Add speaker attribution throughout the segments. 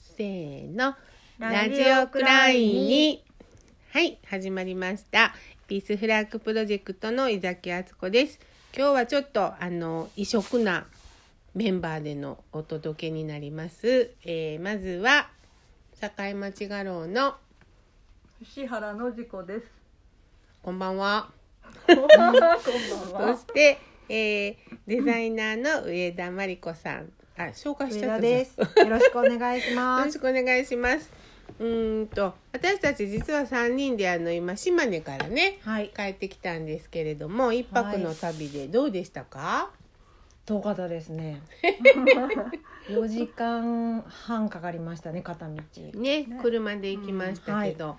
Speaker 1: せーのラジオクラインにはい始まりましたピースフラッグプロジェクトの井崎敦子です今日はちょっとあの異色なメンバーでのお届けになります、えーまずは堺町画廊の
Speaker 2: 伏原のじこです。
Speaker 1: こんばんは
Speaker 2: こんばんは。
Speaker 1: そして、えーデザイナーの上田真理子さんあ紹介し
Speaker 3: 上
Speaker 1: ちゃったじゃん
Speaker 3: 田です。よろしくお願いし
Speaker 1: よ
Speaker 3: ま
Speaker 1: ろし
Speaker 3: す。
Speaker 1: くお願いします。うーんと私たち実は3人であの今島根からね
Speaker 3: はい、
Speaker 1: 帰ってきたんですけれども一泊の旅でどうでしたか、
Speaker 3: 遠かったですね。4時間半かかりましたね、片道。
Speaker 1: ね
Speaker 2: ね
Speaker 1: 車で行きましたけど、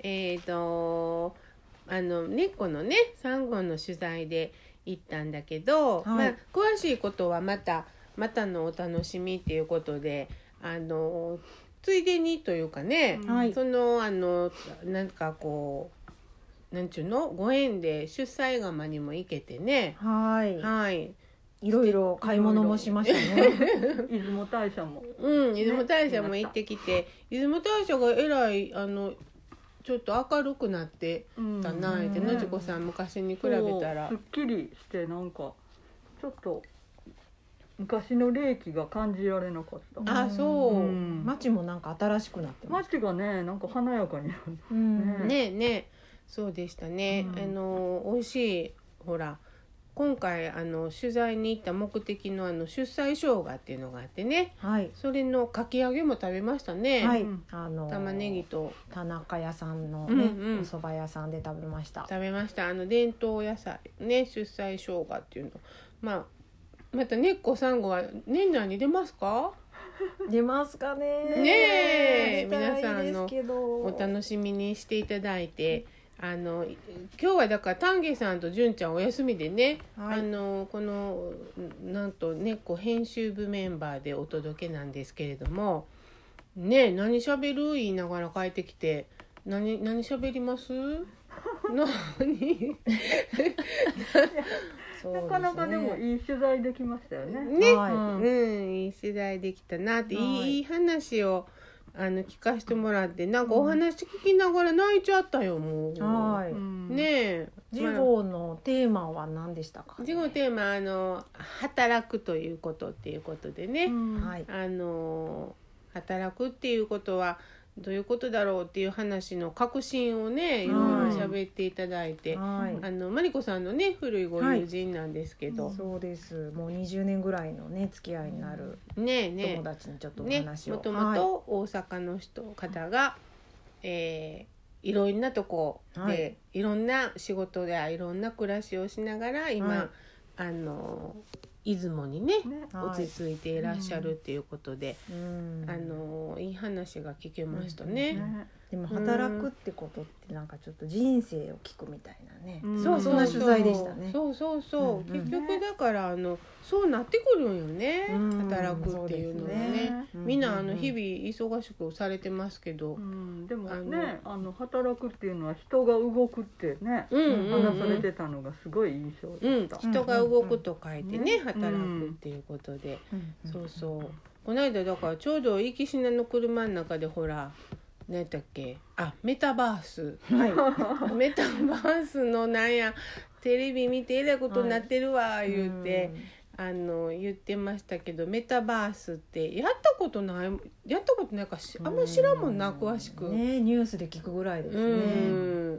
Speaker 1: えっ、とあの猫のねサンゴの取材で行ったんだけど、
Speaker 3: はい
Speaker 1: まあ、詳しいことはまたまたのお楽しみっていうことであのついでにというかね、
Speaker 3: はい
Speaker 1: そのあのなんかこうなんちゅうのご縁で出西窯にも行けてね
Speaker 3: は
Speaker 1: はい
Speaker 3: い、いろいろ買い物もしましたね。
Speaker 2: 出雲大社も。
Speaker 1: うん出雲大社も行ってきて、出雲大社がえらいあのちょっと明るくなってたなって、
Speaker 3: うん
Speaker 1: のじこさん昔に比べたら
Speaker 2: そうすっきりしてなんかちょっと昔の霊気が感じられなかった。
Speaker 3: ん
Speaker 1: あそう、
Speaker 2: うん
Speaker 3: 街もなんか新しくなってます。
Speaker 2: 街がねなんか華やかになる。
Speaker 3: うん、
Speaker 1: ねえねえそうでしたね、
Speaker 2: うん
Speaker 1: あの美味しいほら今回あの取材に行った目的のあの出西生姜っていうのがあってね
Speaker 3: はい、
Speaker 1: それのかき揚げも食べましたね、
Speaker 3: はい
Speaker 2: うん、
Speaker 3: あのー
Speaker 1: 玉ねぎと
Speaker 3: 田中屋さんの
Speaker 1: うん
Speaker 3: ね、
Speaker 1: うん
Speaker 3: お蕎麦屋さんで食べました。
Speaker 1: 食べましたあの伝統野菜ね出西生姜っていうのまあまた根っこサンゴは年内に出ますか
Speaker 3: 出ますかね。
Speaker 1: ねえ
Speaker 3: 出たい
Speaker 1: 皆さんあの
Speaker 3: ですけど
Speaker 1: お楽しみにしていただいてあの今日はだから丹下さんと純ちゃんお休みでね、
Speaker 3: はい
Speaker 1: あのこのなんと根っこ編集部メンバーでお届けなんですけれどもねえ何しゃべる言いながら帰ってきて何何しゃべります 何そうです
Speaker 2: な
Speaker 1: ね
Speaker 2: かなかでもいい取材できましたよね。
Speaker 1: ね、
Speaker 3: はい
Speaker 2: うん
Speaker 1: うん、いい世代できたなって、いい
Speaker 3: はい
Speaker 1: いい話をあの聞かせてもらってなんかお話聞きながら泣いちゃったよもう。
Speaker 3: はい、
Speaker 1: ね
Speaker 2: ね。
Speaker 1: え。
Speaker 3: 授業のテーマは何でしたか、
Speaker 1: まあ事後テーマあの働くということっていうことでね、
Speaker 2: は。
Speaker 3: はいい、
Speaker 1: あの働くっていうことはどういうことだろうっていう話の確信をねいろいろ喋っていただいて、
Speaker 3: はい、
Speaker 1: あのマリコさんのね古いご友人なんですけど、
Speaker 2: はい
Speaker 3: そうです。もう20年ぐらいのね付き合いになる
Speaker 1: ねえねえ
Speaker 3: 友達にちょっとお
Speaker 1: ね、
Speaker 3: 話を。
Speaker 1: もともと大阪の人、方が、えーいろんなとこで、、
Speaker 3: はい
Speaker 1: ろんな仕事やいろんな暮らしをしながら今、
Speaker 3: はい
Speaker 1: あの出雲にね
Speaker 2: ね。
Speaker 3: はい
Speaker 1: 落ち着いていらっしゃるっていうことで、
Speaker 3: はい、うん
Speaker 1: あのいい話が聞けました
Speaker 3: うん
Speaker 1: ね。
Speaker 2: ね
Speaker 3: でも働くってことってなんかちょっと人生を聞くみたいなね。
Speaker 2: うん
Speaker 1: そう
Speaker 3: そ
Speaker 1: そ
Speaker 3: ん
Speaker 1: う
Speaker 3: な
Speaker 1: そう
Speaker 3: 取材でしたね。
Speaker 1: そうそうそう、
Speaker 3: うんうん
Speaker 1: 結局だからあのそうなってくるんよね、
Speaker 3: うん
Speaker 1: 働くっていうのはね
Speaker 2: ね
Speaker 3: う
Speaker 1: みんなあの
Speaker 3: う
Speaker 1: 日々忙しくされてますけど、
Speaker 2: うん、でも
Speaker 1: あの
Speaker 2: ねあの働くっていうのは人が動くってね、
Speaker 1: うん
Speaker 3: うん
Speaker 1: うん
Speaker 2: 話されてたのがすごい印象
Speaker 1: う
Speaker 2: で
Speaker 1: ん
Speaker 2: した、、
Speaker 1: 人が動くと書いてね、
Speaker 2: うん
Speaker 1: 働くっていうことで、
Speaker 3: うんうん
Speaker 1: そうそうこの間だからちょうど行きしなの車の中でほら何やったっけあメタバース
Speaker 3: は い。
Speaker 1: メタバースのなんやテレビ見てえらいことになってるわ言うて、あの言ってましたけどメタバースってやったことないやったことないからし
Speaker 3: うん。
Speaker 1: あんま知らんもんな詳しく。
Speaker 3: ねニュースで聞くぐらいです
Speaker 1: う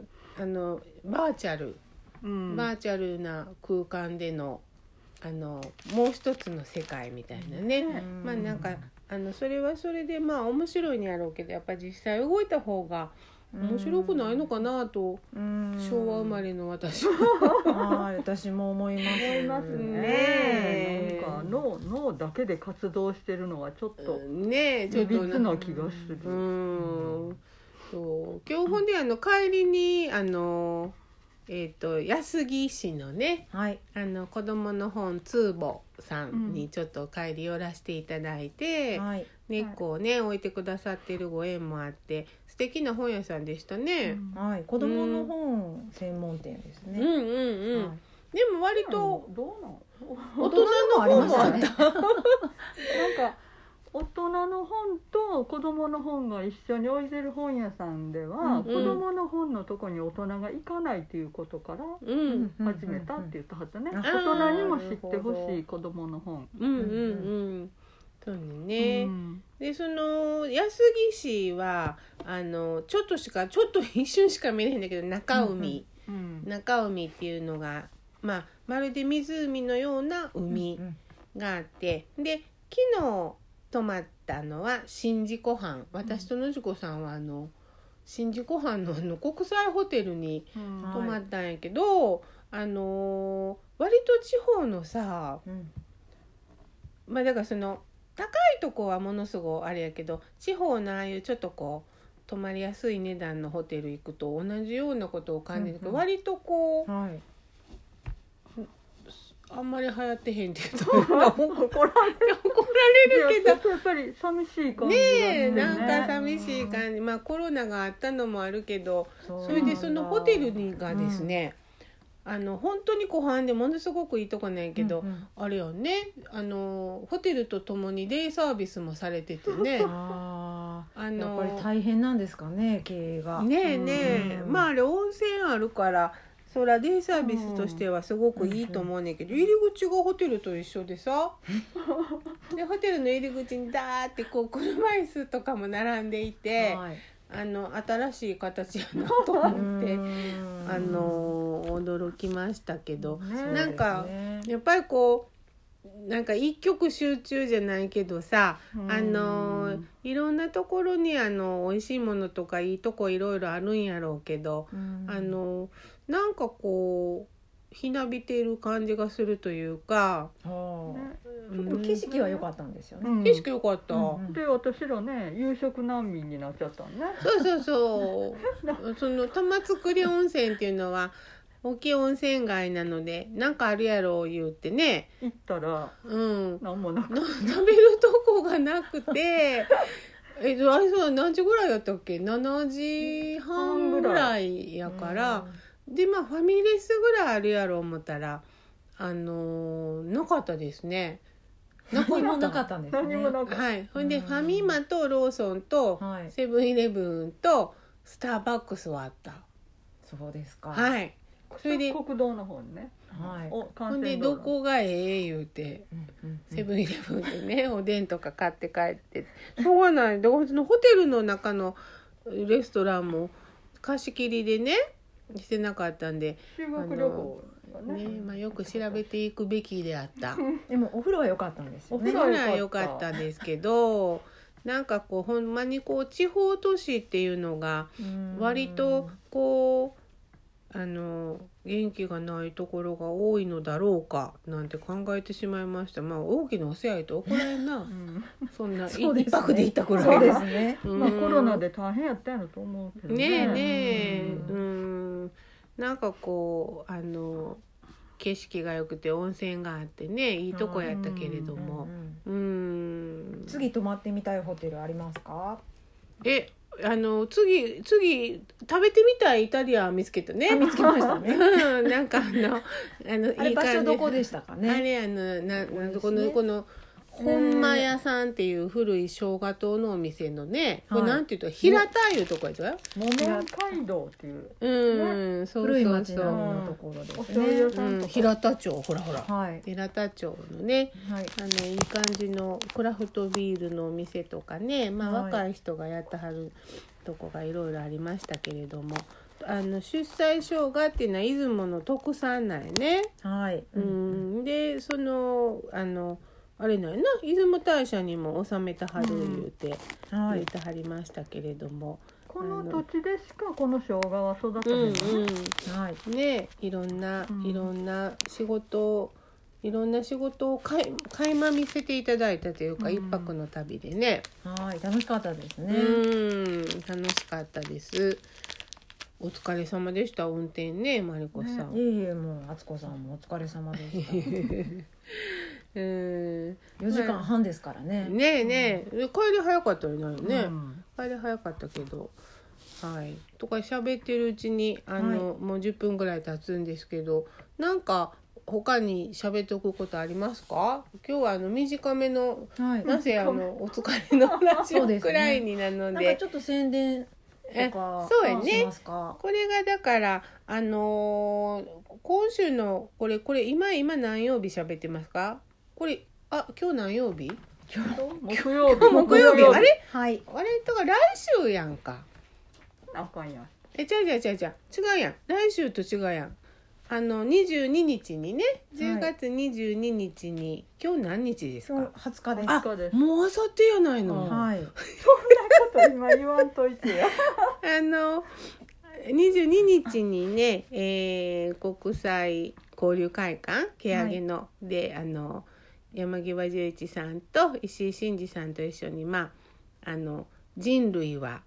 Speaker 3: ね。
Speaker 1: んあのバーチャル
Speaker 2: うん
Speaker 1: バーチャルな空間でのあのもう一つの世界みたいなね、
Speaker 3: うん
Speaker 1: まあなんかあのそれはそれでまあ面白いんやろうけどやっぱ実際動いた方が面白くないのかなと、
Speaker 3: うん
Speaker 1: 昭和生ま。れの私は、
Speaker 3: はい、私も思います。
Speaker 2: 思いますね。
Speaker 1: ねえ
Speaker 2: なんか脳脳だけで活動してるのはちょっと
Speaker 1: ねえちょ
Speaker 2: い
Speaker 1: っと
Speaker 2: びつ
Speaker 1: な
Speaker 2: な気がする。
Speaker 1: うんそう今日ほんであの帰りにあのえっ、と安来市のね
Speaker 3: はい。
Speaker 1: あの子供の本通母さんにちょっと帰り寄らせていただいて、
Speaker 3: はい。
Speaker 1: 猫をね置いてくださってるご縁もあって素敵な本屋さんでしたね。
Speaker 3: はい。子供の本専門店です
Speaker 1: うん、
Speaker 3: ね。
Speaker 1: うんうん、
Speaker 3: はい
Speaker 1: でも割
Speaker 2: と
Speaker 1: と
Speaker 2: どうなの？
Speaker 1: 大人の本もあ
Speaker 3: 大人のもあ
Speaker 1: っ
Speaker 3: りま
Speaker 1: た。
Speaker 2: なんか大人の本と子供の本が一緒に置いてる本屋さんでは、
Speaker 3: うん
Speaker 2: 子供の本のとこに大人が行かないということから
Speaker 1: うん
Speaker 2: 始めたって言ったはずね、
Speaker 3: うんうん
Speaker 2: 大人にも知ってほしい子供の本、
Speaker 1: うんうんうんそうね、
Speaker 2: うん
Speaker 1: でその安来市はあのちょっとしかちょっと一瞬しか見れへんだけど中海、
Speaker 2: うん
Speaker 1: 中海っていうのが、まあ、まるで湖のような海があって、で昨日泊まったのは宍道湖畔私とのじこさんはあの宍道湖畔のあの国際ホテルに
Speaker 2: うん
Speaker 1: 泊まったんやけど、あのー割と地方のさ
Speaker 3: うん
Speaker 1: まあだからその高いとこはものすごいあれやけど地方のああいうちょっとこう泊まりやすい値段のホテル行くと同じようなことを感じるけど、
Speaker 3: うんうん
Speaker 1: 割とこう
Speaker 3: はい
Speaker 1: あんまり流行ってへんって 言うとなんか怒
Speaker 2: 怒ら
Speaker 1: られ
Speaker 2: れ
Speaker 1: る
Speaker 2: る
Speaker 1: け
Speaker 2: け
Speaker 1: ど
Speaker 2: どやっぱり寂しい感じ
Speaker 1: ね
Speaker 2: が
Speaker 1: え
Speaker 2: するね
Speaker 1: なんか寂しい感じまあコロナがあったのもあるけど
Speaker 3: そ
Speaker 1: それでそのホテルにがですね、あの本当に湖畔でものすごくいいとこなんやけど、
Speaker 3: うんうん
Speaker 1: あれよねあのホテルとともにデイサービスもされてて ね
Speaker 3: あ
Speaker 1: あ
Speaker 3: ーやっぱり
Speaker 1: の
Speaker 3: 大変なんですかね経営が
Speaker 1: ねえねえ、
Speaker 3: うん
Speaker 1: まああれ温泉あるからそらデイサービスとしてはすごくいいと思うねんけど、入り口がホテルと一緒でさでホテルの入り口にダーってこう車椅子とかも並んでいて、
Speaker 3: はい
Speaker 1: あの新しい形やなと思って
Speaker 3: う。ーん
Speaker 1: あのー驚きましたけど
Speaker 2: ね
Speaker 3: そうですね
Speaker 1: なんかやっぱりこうなんか一曲集中じゃないけどさ
Speaker 2: うん
Speaker 1: あのーいろんなところにあの美味しいものとかいいとこいろいろあるんやろうけど、
Speaker 3: うん
Speaker 1: あのーなんかこうひなびている感じがするというか、
Speaker 3: はあ
Speaker 1: うん
Speaker 3: 景色は良かったんですよね
Speaker 2: うん
Speaker 1: 景色良かった。
Speaker 3: うんうん
Speaker 2: で私らね夕食難民になっちゃったのね
Speaker 1: そうそうそう。その玉造温泉っていうのは大きい温泉街なのでなんかあるやろう言うてね、
Speaker 2: 行ったら
Speaker 1: うん、
Speaker 2: 何もなく
Speaker 1: な 食べるとこがなくて えっとあれそう何時ぐらいだったっけ7時半ぐらいやから、でまあファミレスぐらいあるやろ思ったらあのーなかったですね。
Speaker 3: うん何もなかったんですね
Speaker 2: 何もなく
Speaker 1: はい、ほんで
Speaker 3: うん
Speaker 1: ファミマとローソンと
Speaker 3: はい
Speaker 1: セブンイレブンとスターバックスはあった。
Speaker 3: そうですかい
Speaker 1: はい。それで
Speaker 2: 国道の方にね
Speaker 3: はい
Speaker 2: お
Speaker 1: ほ
Speaker 2: 幹
Speaker 1: んで
Speaker 2: 線
Speaker 1: ど
Speaker 2: 道路
Speaker 1: こがええ言うて。
Speaker 3: うんうんうん
Speaker 1: セブンイレブンでね おでんとか買って帰ってしょうがないでそのホテルの中のレストランも貸し切りでねしてなかったんで、
Speaker 2: 修学旅行がね
Speaker 1: ねまあ、よく調べていくべきであった
Speaker 3: でもお風呂は良かったんですよ
Speaker 1: お風
Speaker 3: ね
Speaker 1: 呂
Speaker 2: ね
Speaker 1: は良かったんですけどなんかこうほんまにこう地方都市っていうのが
Speaker 3: うん
Speaker 1: 割とこうあの元気がないところが多いのだろうかなんて考えてしまいましたまあ大きなお世話やと怒られんな
Speaker 2: う。ん
Speaker 1: そんな
Speaker 3: そうですね
Speaker 1: 一泊で行ったくらい
Speaker 3: そうですね
Speaker 1: うん
Speaker 2: まあコロナで大変やったんやろと思うけど
Speaker 1: ねえねえう
Speaker 3: うん
Speaker 1: なんかこうあの景色が良くて温泉があってねいいとこやったけれども
Speaker 3: うんうん
Speaker 1: うん
Speaker 3: 次泊まってみたいホテルありますか
Speaker 1: えあの次次食べてみたいイタリアン見つけたね
Speaker 3: あ見つけました ね
Speaker 1: うんなんかあのあの
Speaker 3: あれ場所どこで
Speaker 1: し
Speaker 3: したか
Speaker 1: たあ
Speaker 3: ね
Speaker 1: れあのななんか
Speaker 3: ここ
Speaker 1: こ
Speaker 3: です
Speaker 1: の
Speaker 3: ね
Speaker 1: この本間屋さんっていう古い生姜糖のお店のね、これ
Speaker 3: はい
Speaker 1: なんていうと平たいいうとこやぞ
Speaker 2: 桃街道っていう
Speaker 1: うん、そう
Speaker 3: 古い
Speaker 1: そう
Speaker 3: 町
Speaker 1: そ
Speaker 3: 並
Speaker 1: う。
Speaker 3: みのところで
Speaker 2: お
Speaker 3: す
Speaker 2: 醤油
Speaker 3: ね
Speaker 2: 屋さん
Speaker 1: う
Speaker 2: と
Speaker 1: ん、
Speaker 2: か
Speaker 1: 平田町、ほらほら。
Speaker 3: はい
Speaker 1: 平田町のね、
Speaker 3: はい
Speaker 1: あのいい感じのクラフトビールのお店とかね、まあ、
Speaker 3: はい
Speaker 1: 若い人がやってはるとこがいろいろありましたけれども。あの出産生姜っていうのは出雲の特産なんやね。
Speaker 3: はい
Speaker 1: うん、で、その、あの。あれなんやな出雲大社にも納めたはる言うて、
Speaker 3: は
Speaker 1: 言う
Speaker 3: い
Speaker 1: てはりましたけれども、
Speaker 2: この土地でしかこの生姜は育て
Speaker 1: う
Speaker 2: なんい
Speaker 1: うん
Speaker 2: のね
Speaker 3: はい
Speaker 1: ねいろんな、
Speaker 2: うん
Speaker 1: いろんな仕事をいろんな仕事をかい垣間見せていただいたというか、
Speaker 2: うん
Speaker 1: 一泊の旅でね
Speaker 3: はい楽しかったですね
Speaker 1: うん楽しかったですお疲れ様でした運転ねマリコさん、
Speaker 3: いえいえもう敦子さんもお疲れ様でした
Speaker 1: うん
Speaker 3: 4時間半ですからね
Speaker 1: ねえねえ、で帰り早かったよね、
Speaker 2: うん
Speaker 1: 帰り早かったけどはいとか喋ってるうちにあの、もう10分ぐらい経つんですけどなんか他に喋っておくことありますか今日はあの短めの
Speaker 3: はい。
Speaker 1: なぜあのお疲れの話
Speaker 3: そうです
Speaker 1: く
Speaker 3: ね
Speaker 1: らいになの
Speaker 3: なん
Speaker 1: で
Speaker 3: かちょっと宣伝
Speaker 1: え
Speaker 3: とか
Speaker 1: そうやね
Speaker 3: しますか。
Speaker 1: これがだからあのー今週のこれこれ今今何曜日喋ってますかこれあ今日何曜日
Speaker 2: 木曜日
Speaker 1: 木曜日あれ
Speaker 3: はい。
Speaker 1: あれだから来週やんか
Speaker 2: あかんやん
Speaker 1: えちゃうちゃうちゃうちゃう違うやん来週と違うやんあの22日にね10月22日に、今日何日です
Speaker 3: 今
Speaker 1: か
Speaker 3: 日二十日です。
Speaker 1: あ
Speaker 2: 20日です
Speaker 1: もうあさってやないの、
Speaker 2: うん
Speaker 1: あ
Speaker 3: はい。
Speaker 2: ちょっと今言わんといてよ
Speaker 1: の22日にね、えー国際交流会館蹴上げの、であの山際十一さんと石井真二さんと一緒にまああの人類は、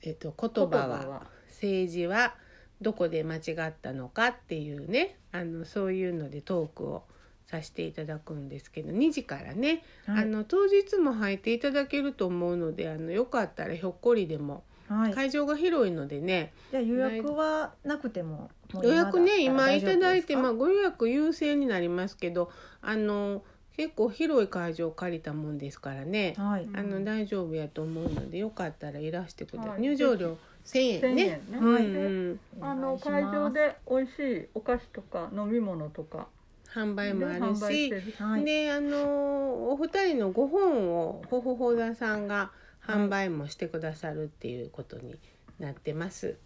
Speaker 1: えっと言葉は政治はどこで間違ったのかっていうねあのそういうのでトークをさせていただくんですけど2時からね、あの当日も入っていただけると思うのであのよかったらひょっこりでも、
Speaker 3: はい。
Speaker 1: 会場が広いのでね
Speaker 3: じゃあ予約はなくても。もう
Speaker 1: 予約ね
Speaker 3: まだ
Speaker 1: 今
Speaker 3: 大
Speaker 1: い
Speaker 3: 丈夫
Speaker 1: ただい
Speaker 3: で
Speaker 1: て、
Speaker 3: すか
Speaker 1: まあ、ご予約優先になりますけどあの結構広い会場を借りたもんですからね、
Speaker 3: はい。
Speaker 1: あの大丈夫やと思うのでよかったらいらしてください、
Speaker 2: はい
Speaker 1: 入場料1,000
Speaker 2: 1000
Speaker 1: 円
Speaker 2: 円
Speaker 1: ね
Speaker 2: ね。
Speaker 1: うん
Speaker 3: はい
Speaker 1: うん
Speaker 2: あの
Speaker 3: お願い
Speaker 2: 会
Speaker 3: します
Speaker 2: 場。で美味しいお菓子とか飲み物とか
Speaker 1: 販売もある
Speaker 2: 販売して
Speaker 1: し、
Speaker 2: る
Speaker 3: はい。
Speaker 1: であのお二人のご本をほほほださんが販売もしてくださるっていうことになってます。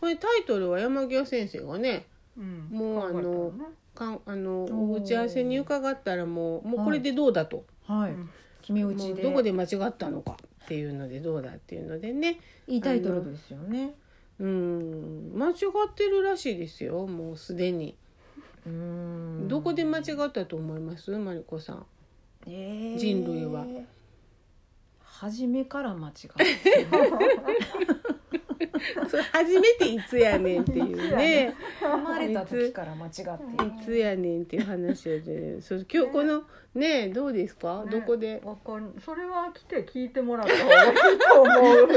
Speaker 1: これタイトルは山際先生がね、
Speaker 2: うん
Speaker 1: もうあの
Speaker 2: 考えたらね
Speaker 1: かんあの
Speaker 3: おー
Speaker 1: 打ち合わせに伺ったらもうもうこれでどうだと、
Speaker 3: は
Speaker 2: う
Speaker 3: い。
Speaker 2: ん
Speaker 3: 決め打
Speaker 1: も
Speaker 3: ち
Speaker 1: う
Speaker 3: で。
Speaker 1: どこで間違ったのかっていうのでどうだっていうのでね、
Speaker 3: いいタイトルですよね。
Speaker 1: うん間違ってるらしいですよもうすでに。
Speaker 3: うーん。
Speaker 1: どこで間違ったと思いますマリコさん。
Speaker 3: えー
Speaker 1: 人類は
Speaker 3: 初めから間違ってる
Speaker 1: それ初めていつやねんっていうね。
Speaker 3: 生まれた時から間違って
Speaker 1: いつやねんっていう話やで、そう今日このねどうですか、
Speaker 2: ね
Speaker 1: どこで
Speaker 2: わかんそれは来て聞いてもらった方がいいと 思う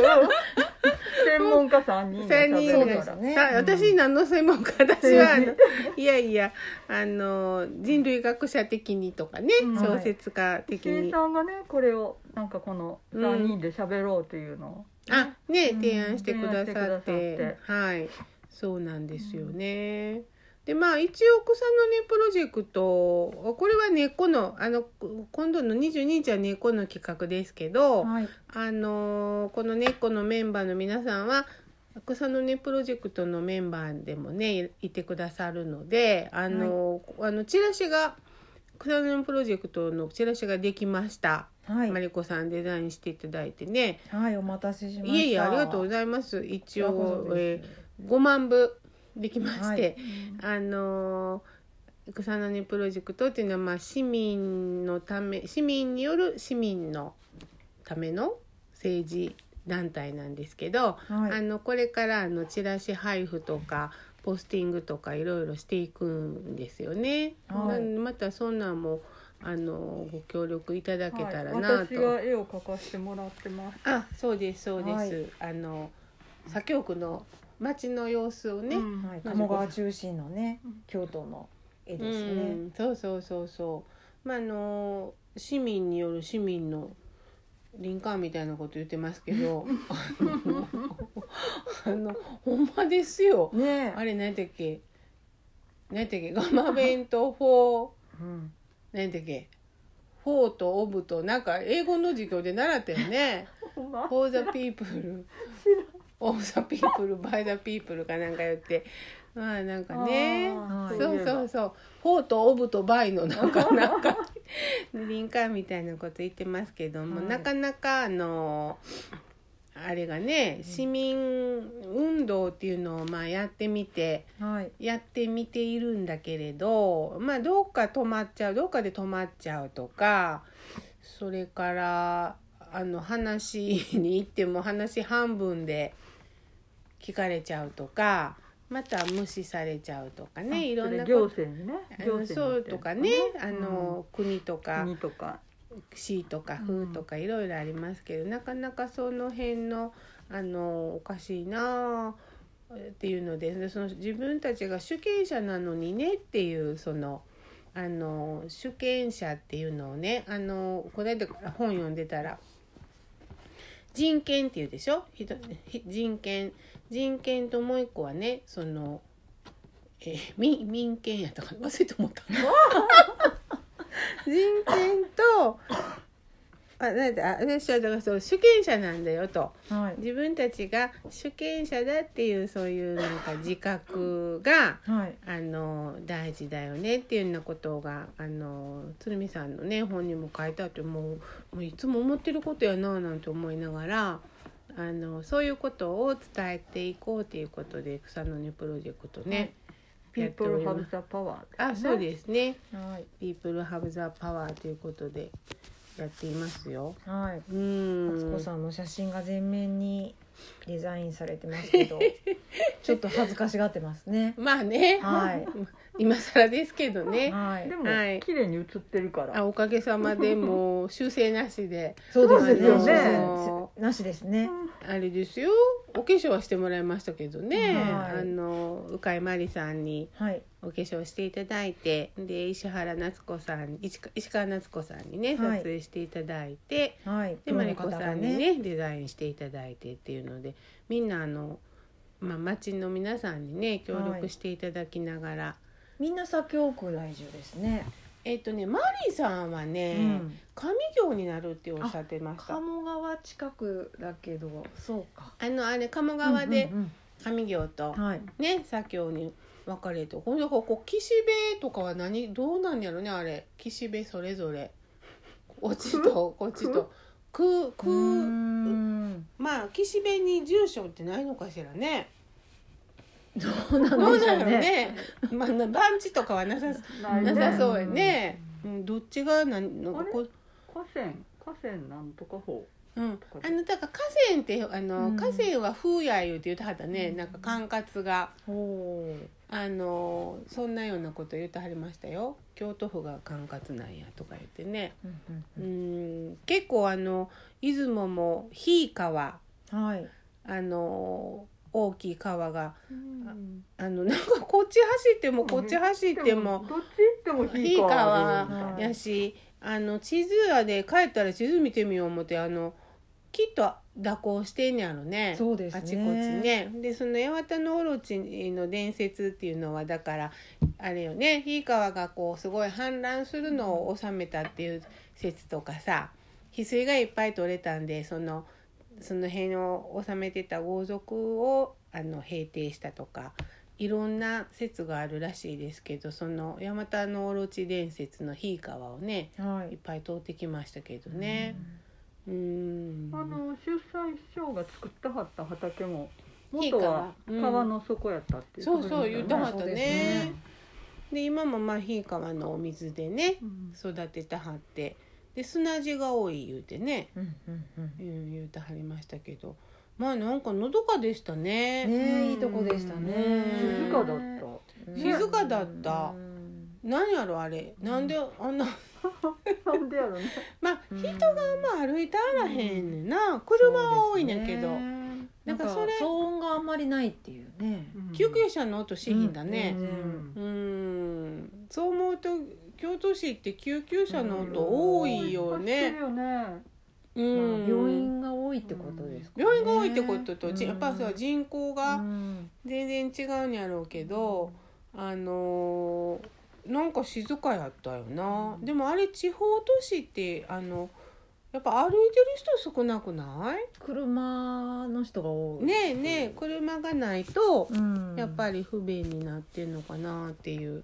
Speaker 2: 専門家3人が
Speaker 1: 三
Speaker 2: 喋
Speaker 1: 人
Speaker 2: る
Speaker 1: が
Speaker 2: か
Speaker 3: そ
Speaker 2: ら
Speaker 3: うですね
Speaker 1: さ
Speaker 3: うん
Speaker 1: 私何の専門家私はあのいやいやあの人類学者的にとかね、
Speaker 2: うん
Speaker 1: 小説家的
Speaker 2: 石井
Speaker 1: に、
Speaker 2: さんがねこれをなんかこの3人で喋ろうというのを、
Speaker 1: あね
Speaker 3: うん
Speaker 1: 提案してくださって,、
Speaker 2: 提案してくだ
Speaker 1: はいそうなんですよね。でまあ、一応草の根プロジェクトこれは根っこのあの今度の22日は根っこの企画ですけど、
Speaker 3: はい
Speaker 1: あのーこの根っこのメンバーの皆さんは草の根プロジェクトのメンバーでもねいいてくださるので、あのーあのチラシが草の根プロジェクトのチラシができました、
Speaker 3: はい
Speaker 1: マリコさんデザインしていただいてね
Speaker 3: はいお待たせしました
Speaker 1: いえいえありがとうご
Speaker 3: い
Speaker 1: ざいます一
Speaker 3: こちらこ
Speaker 1: 応
Speaker 3: そ、
Speaker 1: え
Speaker 3: で
Speaker 1: ー、5万部できまして、
Speaker 3: はい
Speaker 1: あのー草の根プロジェクトっていうのは、まあ、市民のため市民による市民のための政治団体なんですけど、
Speaker 3: すはい
Speaker 1: あ
Speaker 3: はい
Speaker 1: のこれからあのチラシ配布とかポスティングとかいろいろしていくんですよね。
Speaker 3: はい
Speaker 1: なんでまたそんなんもあのご協力いただけたら
Speaker 2: は、
Speaker 1: ない
Speaker 2: 私
Speaker 1: と。
Speaker 2: が絵を描かせてもらってます
Speaker 1: あそうですそうです。あの左京区の街の様子をね、
Speaker 2: うん
Speaker 3: はい鴨川中心のね京都の絵です
Speaker 1: う
Speaker 3: ね
Speaker 1: ん、そうそうそうそうまああの市民による市民の林間みたいなこと言ってますけ どあのほんまですよ
Speaker 3: ね
Speaker 1: あれ何だっけ何だっけガマ弁とフォー
Speaker 2: うん
Speaker 1: 何だっけフォーとオブとなんか英語の授業で習ったよ ね
Speaker 2: ほんま
Speaker 1: 「For the people」「of the people」「by the people」かなんか言ってまあなんかね
Speaker 2: あー
Speaker 1: そう
Speaker 2: いえば
Speaker 1: そうそう「フォーとオブとバイのなんかなんかリンカーンみたいなこと言ってますけども、
Speaker 3: はい
Speaker 1: なかなかあのあれがね市民運動っていうのをまあやってみて
Speaker 3: はい
Speaker 1: やってみているんだけれどまあどっか止まっちゃうどっかで止まっちゃうとかそれからあの話に行っても話半分で聞かれちゃうとかまた無視されちゃうとかねいろんな
Speaker 2: それ行
Speaker 1: こと。
Speaker 2: 政にね
Speaker 1: あ
Speaker 2: 行
Speaker 1: の
Speaker 2: 政
Speaker 1: そう
Speaker 2: に
Speaker 1: とかね、あの、国とか
Speaker 2: 国とか
Speaker 1: 市とか
Speaker 2: う
Speaker 1: 風
Speaker 2: ん
Speaker 1: とかいろいろありますけど、なかなかその辺のあのおかしいなあっていうのででその自分たちが主権者なのにねっていうそのあの主権者っていうのをねあのこの間から本読んでたら人権っていうでしょひとひ人権人権ともう一個はねその、えー民民権やったかな忘れて思 った人権とあなんだあ私はだからそう主権者なんだよと。
Speaker 3: はい
Speaker 1: 自分たちが主権者だっていうそういうなんか自覚が
Speaker 3: はい
Speaker 1: あの大事だよねっていうようなことがあの鶴見さんのね本にも書いてあってもうもういつも思ってることやななんて思いながらあのそういうことを伝えていこうということで草の根プロジェクトね。
Speaker 2: ピープルハブザパワー
Speaker 1: あそうですね
Speaker 3: はい
Speaker 1: 「People Have the Power」ということでやっていますよ。
Speaker 3: は
Speaker 1: う
Speaker 3: い。マツ
Speaker 1: ん
Speaker 3: コさんの写真が全面にデザインされてます けど、ちょっと恥ずかしがってますね。
Speaker 1: まあね、
Speaker 3: はい
Speaker 1: 今更ですけどね。
Speaker 3: はい
Speaker 2: で。も
Speaker 1: はい
Speaker 2: 綺麗に写ってるから
Speaker 1: あおかげさまでもう修正なしで
Speaker 3: そうです
Speaker 2: そう
Speaker 3: よ
Speaker 2: です
Speaker 3: ね
Speaker 1: よ。
Speaker 3: なしですね。
Speaker 1: あれですよお化粧はしてもらいましたけどね、
Speaker 3: はい
Speaker 1: あの鵜飼真理さんに
Speaker 3: はい。
Speaker 1: お化粧していただいてで石原夏子さん石川石川夏子さんにね撮
Speaker 3: はい
Speaker 1: 影していただいて、
Speaker 3: はい。
Speaker 1: で
Speaker 3: プロ
Speaker 1: 真
Speaker 3: の
Speaker 1: 理
Speaker 3: 方
Speaker 1: 子
Speaker 3: が
Speaker 1: さんにねデザインしていただいてっていうのでみんなあの、まあ、町の皆さんにね協
Speaker 3: は
Speaker 1: 力
Speaker 3: い
Speaker 1: していただきながら、
Speaker 3: みんな左京区在住ですね。
Speaker 1: えっとね真理さんはね、
Speaker 3: うん
Speaker 1: 上京になるっておっしゃってました。
Speaker 3: 鴨川近くだけど、そうか。
Speaker 1: あのあれ鴨川で
Speaker 3: うんうん
Speaker 1: 上行と
Speaker 3: うんはい。
Speaker 1: ね左京に分かれてほんでここ岸辺とかは何どうなんやろねあれ岸辺それぞれこっちとこっちとく
Speaker 3: うー
Speaker 1: く
Speaker 3: ん
Speaker 1: まあ岸辺に住所ってないのかしらね
Speaker 3: どうな
Speaker 1: ど
Speaker 3: ん
Speaker 1: う
Speaker 3: でしょ
Speaker 1: な
Speaker 3: うん
Speaker 1: やろ
Speaker 3: ね。
Speaker 1: ねまあな番地とかはなさ
Speaker 2: ないね
Speaker 1: なさそうやね、うん、どっちが何なんかこう
Speaker 2: 河川河川なんとか法
Speaker 1: うん、あのだから河川ってあの、
Speaker 3: うん
Speaker 1: 河川は風やいうて言ってはったね、
Speaker 2: うん
Speaker 1: なんか管轄が。
Speaker 3: おー
Speaker 1: あのそんなようなこと言ってはりましたよ京都府が管轄なんやとか言ってね
Speaker 3: うん
Speaker 1: う
Speaker 3: うんうん
Speaker 1: ん結構あの出雲もひい川
Speaker 3: はい。
Speaker 1: あの大きい川があのなんかこっち走ってもこっち走っても
Speaker 2: どっち行ってもひいか
Speaker 3: うん
Speaker 1: やしあの地図屋で帰ったら地図見てみよう思ってあのきっと蛇行してんやろね。
Speaker 3: そうですね。
Speaker 1: あちこち。ねでその八幡のオロチの伝説っていうのはだからあれよねひいかわがこうすごい氾濫するのを収めたっていう説とかさ翡翠がいっぱい取れたんでそのその辺を収めてた豪族をあの平定したとかいろんな説があるらしいですけどその八幡のオロチ伝説のひいかわをね
Speaker 3: は
Speaker 1: っ
Speaker 3: いい。
Speaker 1: ぱい通ってきましたけどね。うーん
Speaker 2: あの出産師匠が作ったはった畑も
Speaker 1: ひい
Speaker 2: 元
Speaker 1: か
Speaker 2: は
Speaker 1: わうん
Speaker 2: 川の底やったっていう
Speaker 1: そうそう言
Speaker 2: 言
Speaker 1: っ
Speaker 2: ってた
Speaker 1: は
Speaker 2: は
Speaker 1: った
Speaker 3: そう
Speaker 1: ね
Speaker 3: ですね
Speaker 1: で今もまあひいかわのお水でね育てたはってで砂地が多い言うてね、
Speaker 3: うんうんうん。
Speaker 1: うん、言うてはりましたけどまあなんかのどかでしたね
Speaker 3: ねえいいとこでしたね
Speaker 1: うん
Speaker 2: 静かだっ
Speaker 1: 静かだった
Speaker 3: うん
Speaker 1: なんやろあれなんであんな
Speaker 2: たなんでやろね
Speaker 1: まあ
Speaker 3: うん
Speaker 1: 人がまあ歩いてあらへんねんな車は多いねんけど、
Speaker 3: そうですね
Speaker 1: な
Speaker 3: なんん
Speaker 1: か
Speaker 3: か
Speaker 1: それ
Speaker 3: 騒音があんまりないっていうね
Speaker 1: 救急車の音しひんだ
Speaker 2: う
Speaker 1: ね
Speaker 2: ん
Speaker 1: うんそう思うと京都市って救急車の音多いよ
Speaker 2: 多い
Speaker 1: ね、う
Speaker 2: よね
Speaker 3: まあ
Speaker 1: ん、
Speaker 3: 病院が多いってことですかね
Speaker 1: 病院が多いってことと、じやっぱ
Speaker 3: う
Speaker 1: さ
Speaker 3: ん
Speaker 1: 人口が、
Speaker 3: うん
Speaker 1: 全然違うんやろうけど、あのーなんか静かやったよな、
Speaker 2: うん
Speaker 1: でもあれ地方都市ってあのやっぱ歩いてる人少なくな
Speaker 3: 車の人が多
Speaker 1: い
Speaker 3: い
Speaker 1: ねえねえ車がないと
Speaker 3: うん
Speaker 1: やっぱり不便になってんのかなっていう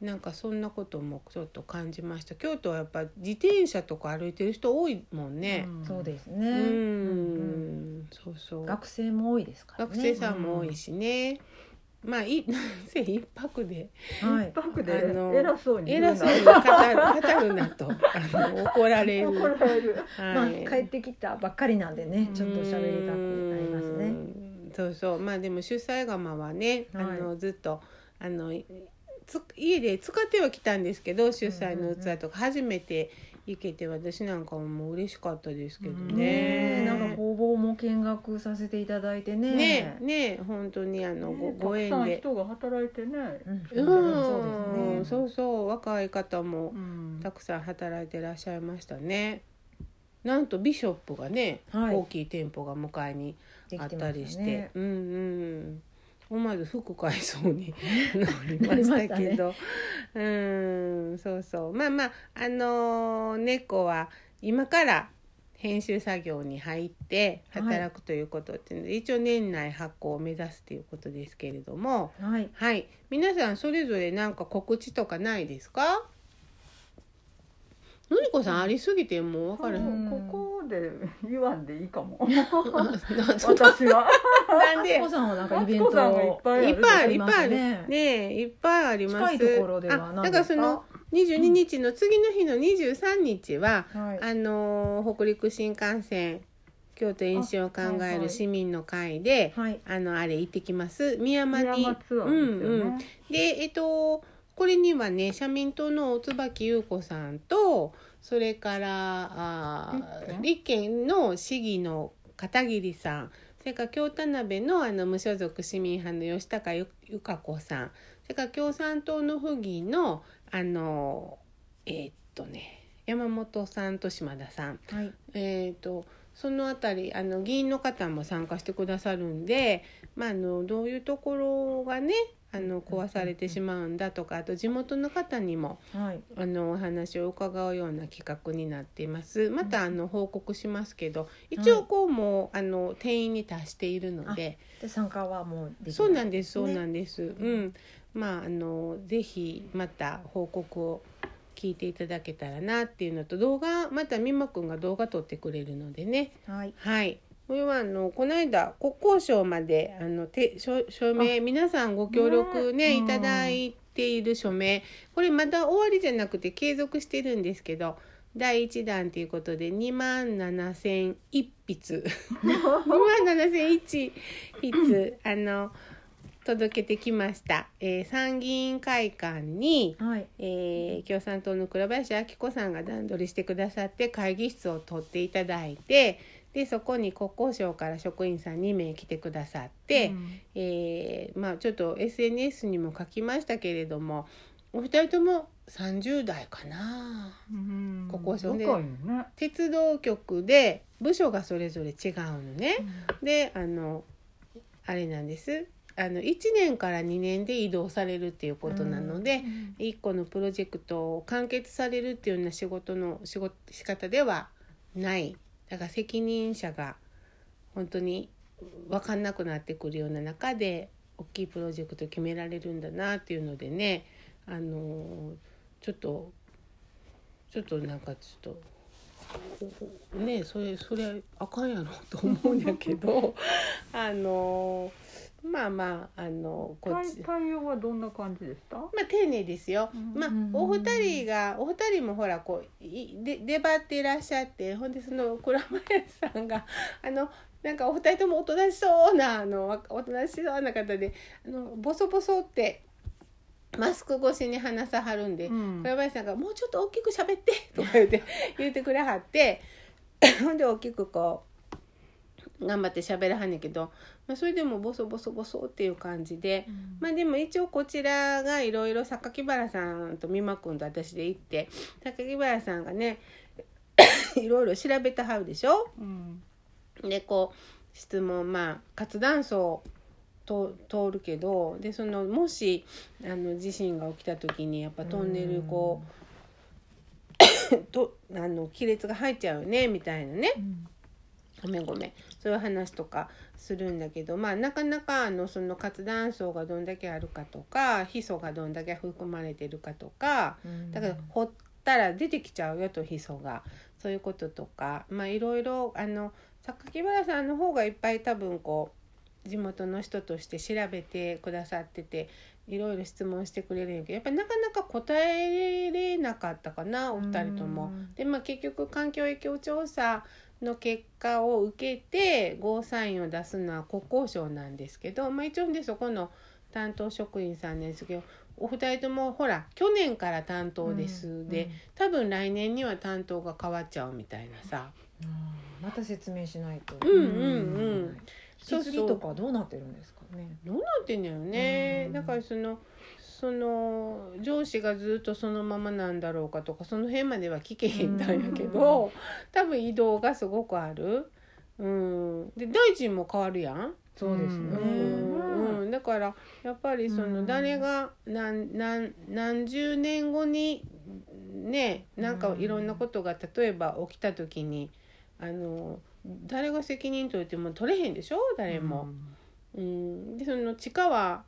Speaker 1: なんかそんなこともちょっと感じました京都はやっぱ自転車とか歩いてる人多いもんね
Speaker 2: ん
Speaker 3: そうです
Speaker 1: う
Speaker 3: ね
Speaker 1: ん
Speaker 3: うん
Speaker 1: そうそう
Speaker 3: 学生も多いですからね
Speaker 1: 学生さんも多いしね、まあいなんせ一泊で
Speaker 3: はい
Speaker 2: バックで
Speaker 1: あの
Speaker 2: 偉そうに言うな
Speaker 1: 偉そうに語る語るなとあの怒られる。
Speaker 2: 怒られる
Speaker 3: ま
Speaker 1: は
Speaker 3: あ
Speaker 1: い
Speaker 3: 帰ってきたばっかりなんでねちょっと喋りたくなります
Speaker 1: う
Speaker 3: ね
Speaker 1: んそうそうまあでも主催釜はね、
Speaker 3: はい
Speaker 1: あのずっとあのいつ家で使ってはきたんですけど主催の器とか初めて行けて私なんかはもう嬉しかったですけどね。
Speaker 3: ねえなんか工房も見学させていただいてね
Speaker 1: ねえねえ本当にあのご
Speaker 2: ね
Speaker 1: ご
Speaker 2: たく
Speaker 1: 縁
Speaker 2: さん
Speaker 1: で
Speaker 2: 人が働いてね。
Speaker 3: う
Speaker 1: う
Speaker 3: ん、
Speaker 1: ん
Speaker 3: そうです
Speaker 1: そ
Speaker 3: ね
Speaker 1: うそう若い方も
Speaker 2: うん
Speaker 1: たくさん働いてらっしゃいましたねなんとビショップがね、
Speaker 3: はい
Speaker 1: 大きい店舗が向かいに
Speaker 3: で
Speaker 1: あ
Speaker 3: き
Speaker 1: ってた
Speaker 3: ま
Speaker 1: りし、
Speaker 3: してね
Speaker 1: うんうん思わず服買いそうになりましたけどうんそうそうまあまああのー猫は今から編集作業に入って
Speaker 3: はい
Speaker 1: 働くということっていうので、一応年内発行を目指すということですけれども
Speaker 3: はい
Speaker 1: はい皆さんそれぞれなんか告知とかないですかのりこさんありすぎてもう分
Speaker 2: こ
Speaker 1: からへん
Speaker 2: こで言わんでいいかも
Speaker 1: なそん
Speaker 2: 私は
Speaker 1: なん
Speaker 3: マツ
Speaker 1: で
Speaker 3: コさんはなんか
Speaker 2: マ
Speaker 3: イ
Speaker 2: ツ
Speaker 3: ベン
Speaker 2: コ
Speaker 3: ト
Speaker 2: さんがいっぱいあ
Speaker 1: い
Speaker 2: る
Speaker 1: っぱいある
Speaker 3: あ
Speaker 1: い
Speaker 3: り
Speaker 1: っ
Speaker 3: ま
Speaker 1: ぱいあ
Speaker 3: す
Speaker 1: る
Speaker 3: ね
Speaker 1: ねえいっぱいあります
Speaker 3: 近いところでは
Speaker 1: あ
Speaker 3: 何
Speaker 1: だ
Speaker 3: ですか
Speaker 1: からその22日の次の日の23日は、
Speaker 3: はい
Speaker 1: あのー北陸新幹線京都延伸を考
Speaker 2: あは
Speaker 1: え
Speaker 2: いは
Speaker 1: る
Speaker 2: い
Speaker 1: 市民の会で、
Speaker 3: はい
Speaker 1: あのあれ行ってきます宮間
Speaker 2: 山
Speaker 1: に
Speaker 2: ツアーですよね、
Speaker 1: うんうんでえっとこれにはね社民党の椿優子さんとそれからあー立憲の市議の片桐さんそれから京田辺のあの無所属市民派の吉高由由香子さんそれから共産党の府議のあのえーっとね山本さんと島田さん
Speaker 3: はい
Speaker 1: えー、とそのあたりあの議員の方も参加してくださるんで、まあ、あのどういうところがねあの壊されてしまうんだとかあと地元の方にも
Speaker 3: はい
Speaker 1: あのお話を伺うような企画になっていますまたあの報告しますけど一応こうもうあの定員に達しているので、
Speaker 3: で参加はもうできない
Speaker 1: そうなんですそう
Speaker 3: ね
Speaker 1: なんです、うんまああのぜひまた報告を聞いていただけたらなっていうのと動画また美馬くんが動画撮ってくれるのでね
Speaker 3: はい
Speaker 1: はいこれはあのこの間国交省まであのて署署名皆さんご協力ね
Speaker 3: ね
Speaker 1: いただいている署名これまだ終わりじゃなくて継続してるんですけど第1弾ということで2万7001筆 2万7001筆あの届けてきました、えー参議院会館に、
Speaker 3: はい
Speaker 1: えー共産党の倉林明子さんが段取りしてくださって会議室を取っていただいてでそこに国交省から職員さん2名来てくださって、
Speaker 2: うん
Speaker 1: えーまあ、ちょっと SNS にも書きましたけれどもお二人とも30代かな
Speaker 2: うん
Speaker 1: ここそれで
Speaker 2: 若いよね
Speaker 1: 鉄道局で部署がそれぞれ違うのね。であのあれなんですあの1年から2年で移動されるっていうことなので、一個のプロジェクトを完結されるっていうような仕事の仕事仕方ではないだから責任者が本当に分かんなくなってくるような中で大きいプロジェクト決められるんだなっていうのでねあのーちょっとちょっとなんかちょっと。ねそれそれあかんやろと思うんやけどあのーまあまああのこっち
Speaker 2: 対対応はどんな感じでした
Speaker 1: まあ、丁寧ですよ、
Speaker 2: うん
Speaker 1: まあ
Speaker 3: うん
Speaker 1: お二人がお二人もほらこういで出張っていらっしゃってほんでその倉林さんが あのなんかお二人ともおとなしそうなあのわおとなしそうな方であのボソボソってマスク越しに話さはるんで、
Speaker 2: うん
Speaker 1: 倉林さんが「もうちょっと大きく喋って」 とか言って言ってくれはって ほんで大きくこう頑張って喋らはんねんけど、まあ、それでもボソボソボソっていう感じで。まあでも一応こちらがいろいろ榊原さんと美馬くんと私で行って榊原さんがね いろいろ調べたはるでしょ
Speaker 2: うん
Speaker 1: でこう質問まあ活断層と通るけどでそのもしあの地震が起きた時にやっぱトンネルこう とあの亀裂が入っちゃうよねみたいなね
Speaker 2: うん
Speaker 1: ごめんごめんそういう話とかするんだけどまあなかなかあのその活断層がどんだけあるかとかヒ素がどんだけ含まれてるかとか
Speaker 3: うん
Speaker 1: だから掘ったら出てきちゃうよとヒ素がそういうこととかまあいろいろあの榊原さんの方がいっぱい多分こう地元の人として調べてくださってていろいろ質問してくれるんやけどやっぱなかなか答えれなかったかなお二人とも。
Speaker 3: うん
Speaker 1: でまあ結局環境影響調査の結果を受けてゴーサインを出すのは国交省なんですけど、まあ、一応でそこの担当職員さんなんですけどお二人ともほら去年から担当です、
Speaker 3: うん
Speaker 1: で多分来年には担当が変わっちゃうみたいなさ
Speaker 3: うんまた説明しないと。
Speaker 1: うんうんうん
Speaker 3: ん。引き継ぎとかどうなってるんですかね。
Speaker 1: どうなってんだよね、
Speaker 3: うん
Speaker 1: だからそのその上司がずっとそのままなんだろうかとかその辺までは聞けへんたんやけど、多分移動がすごくある。うん、で大臣も変わるやん、
Speaker 3: そうです
Speaker 1: う
Speaker 3: ね。
Speaker 1: んうん、だからやっぱりそうの
Speaker 3: ん
Speaker 1: 誰が何何何十年後にねなんかいろんなことが例えば起きた時にあの誰が責任取れても取れへんでしょ誰も。うん、でその地下は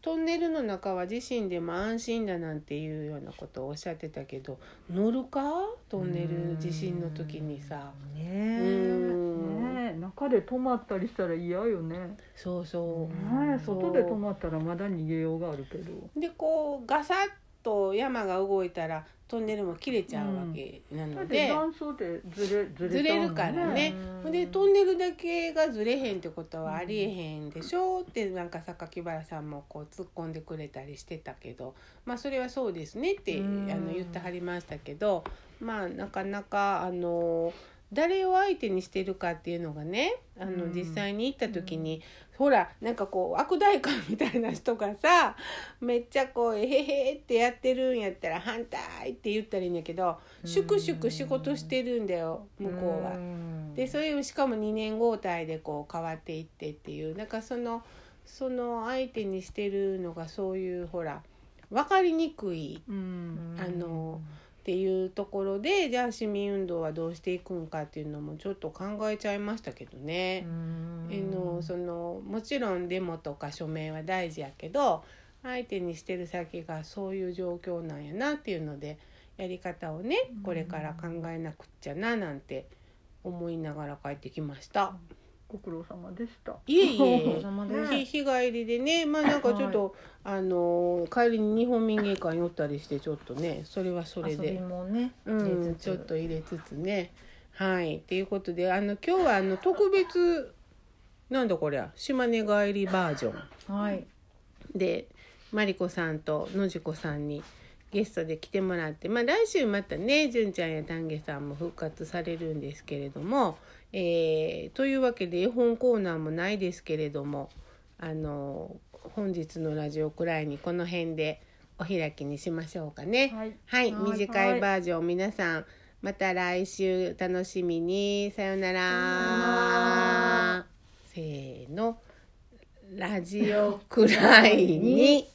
Speaker 1: トンネルの中は地震でも安心だなんていうようなことをおっしゃってたけど乗るかトンネル地震の時にさ。う
Speaker 3: ねえ。
Speaker 1: ん
Speaker 2: ねえ中で止まったりしたら嫌よね
Speaker 1: そうそうう。
Speaker 2: ねえ外で止まったらまだ逃げようがあるけど
Speaker 1: でこうガサッと山が動いたらトンネルも切れちゃうわけな
Speaker 2: だっ
Speaker 1: の
Speaker 2: て
Speaker 1: で、
Speaker 2: 断層でずれず
Speaker 1: ず
Speaker 2: れちゃう
Speaker 1: れ
Speaker 2: も
Speaker 1: る
Speaker 2: ん
Speaker 1: からね
Speaker 3: うん
Speaker 1: でトンネルだけがずれへんってことはありえへんでしょってなんか榊原さんもこう突っ込んでくれたりしてたけどまあそれはそうですねってあ
Speaker 3: うん
Speaker 1: の言ってはりましたけどまあなかなかあの誰を相手にしてるかっていうのがねあの
Speaker 2: うん
Speaker 1: 実際に行った時に、ほらなんかこう悪代官みたいな人がさめっちゃこう「えへへ」ってやってるんやったら「反対」って言ったらいいんだけど粛々仕事してるんだよ向こうは。
Speaker 3: ん
Speaker 1: でそれをしかも2年交代でこう変わっていってっていうなんかそのその相手にしてるのがそういうほら分かりにくい
Speaker 2: うん
Speaker 1: あのっていうところでじゃあ市民運動はどうしていくんかっていうのもちょっと考えちゃいましたけど
Speaker 3: う
Speaker 1: ね。
Speaker 3: ん
Speaker 1: えのそのもちろんデモとか署名は大事やけど相手にしてる先がそういう状況なんやなっていうのでやり方をねこれから考えなくっちゃななんて思いながら帰ってきました。
Speaker 2: ご苦労様でした
Speaker 1: いえい
Speaker 3: お疲
Speaker 1: え
Speaker 3: れ様です
Speaker 1: ひ日帰りでねまあなんかちょっと、あのー帰りに日本民芸館寄ったりしてちょっとねそれはそれ
Speaker 3: 遊び
Speaker 1: で、
Speaker 3: もね。
Speaker 1: うん、ちょっと入れつつねはいっていうことであの今日はあの特別なんだこりゃ島根帰りバージョン
Speaker 3: とはい。
Speaker 1: でマリコさんと野次子さんにゲストで来てもらって、まあ、来週またね純ちゃんや丹下さんも復活されるんですけれども、えーというわけで絵本コーナーもないですけれどもあの本日のラジオくらいにこの辺でお開きにしましょうかね。
Speaker 2: はい
Speaker 1: はい、
Speaker 3: はい
Speaker 1: 短いバージョン皆さんまた来週楽しみにさよならせーのラジオくらいに